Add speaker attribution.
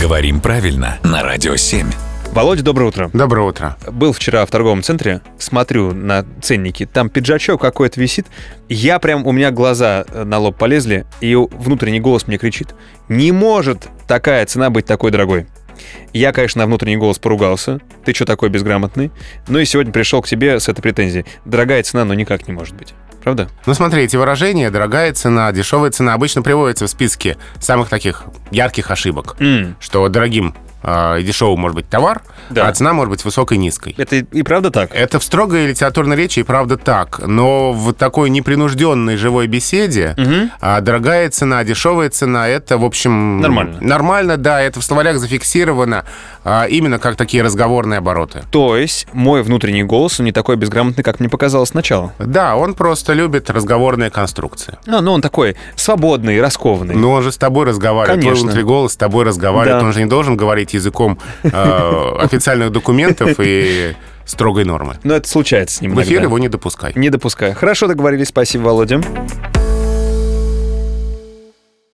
Speaker 1: Говорим правильно на Радио 7.
Speaker 2: Володя, доброе утро.
Speaker 3: Доброе утро.
Speaker 2: Был вчера в торговом центре, смотрю на ценники, там пиджачок какой-то висит. Я прям, у меня глаза э, на лоб полезли, и внутренний голос мне кричит, не может такая цена быть такой дорогой. Я, конечно, на внутренний голос поругался. Ты что такой безграмотный? Ну и сегодня пришел к тебе с этой претензией. Дорогая цена, но никак не может быть. Правда?
Speaker 3: Ну, смотри, эти выражения «дорогая цена», «дешевая цена» обычно приводятся в списке самых таких ярких ошибок.
Speaker 2: М.
Speaker 3: Что дорогим э, и дешевым может быть товар,
Speaker 2: Да.
Speaker 3: а цена может быть высокой и низкой.
Speaker 2: Это и и правда так?
Speaker 3: Это в строгой литературной речи и правда так, но в такой непринужденной живой беседе а, дорогая цена, дешевая цена, это, в общем...
Speaker 2: Нормально.
Speaker 3: Нормально, да, это в словарях зафиксировано а, именно как такие разговорные обороты.
Speaker 2: То есть мой внутренний голос он не такой безграмотный, как мне показалось сначала.
Speaker 3: Да, он просто любит разговорные конструкции.
Speaker 2: А, ну он такой свободный, раскованный.
Speaker 3: Но он же с тобой разговаривает, твой
Speaker 2: Конечно.
Speaker 3: внутренний голос с тобой разговаривает,
Speaker 2: Да.
Speaker 3: он же не должен говорить языком э, официальных документов и строгой нормы.
Speaker 2: Но это случается с ним
Speaker 3: В эфир
Speaker 2: иногда.
Speaker 3: его не допускай.
Speaker 2: Не допускаю. Хорошо договорились, спасибо, Володя.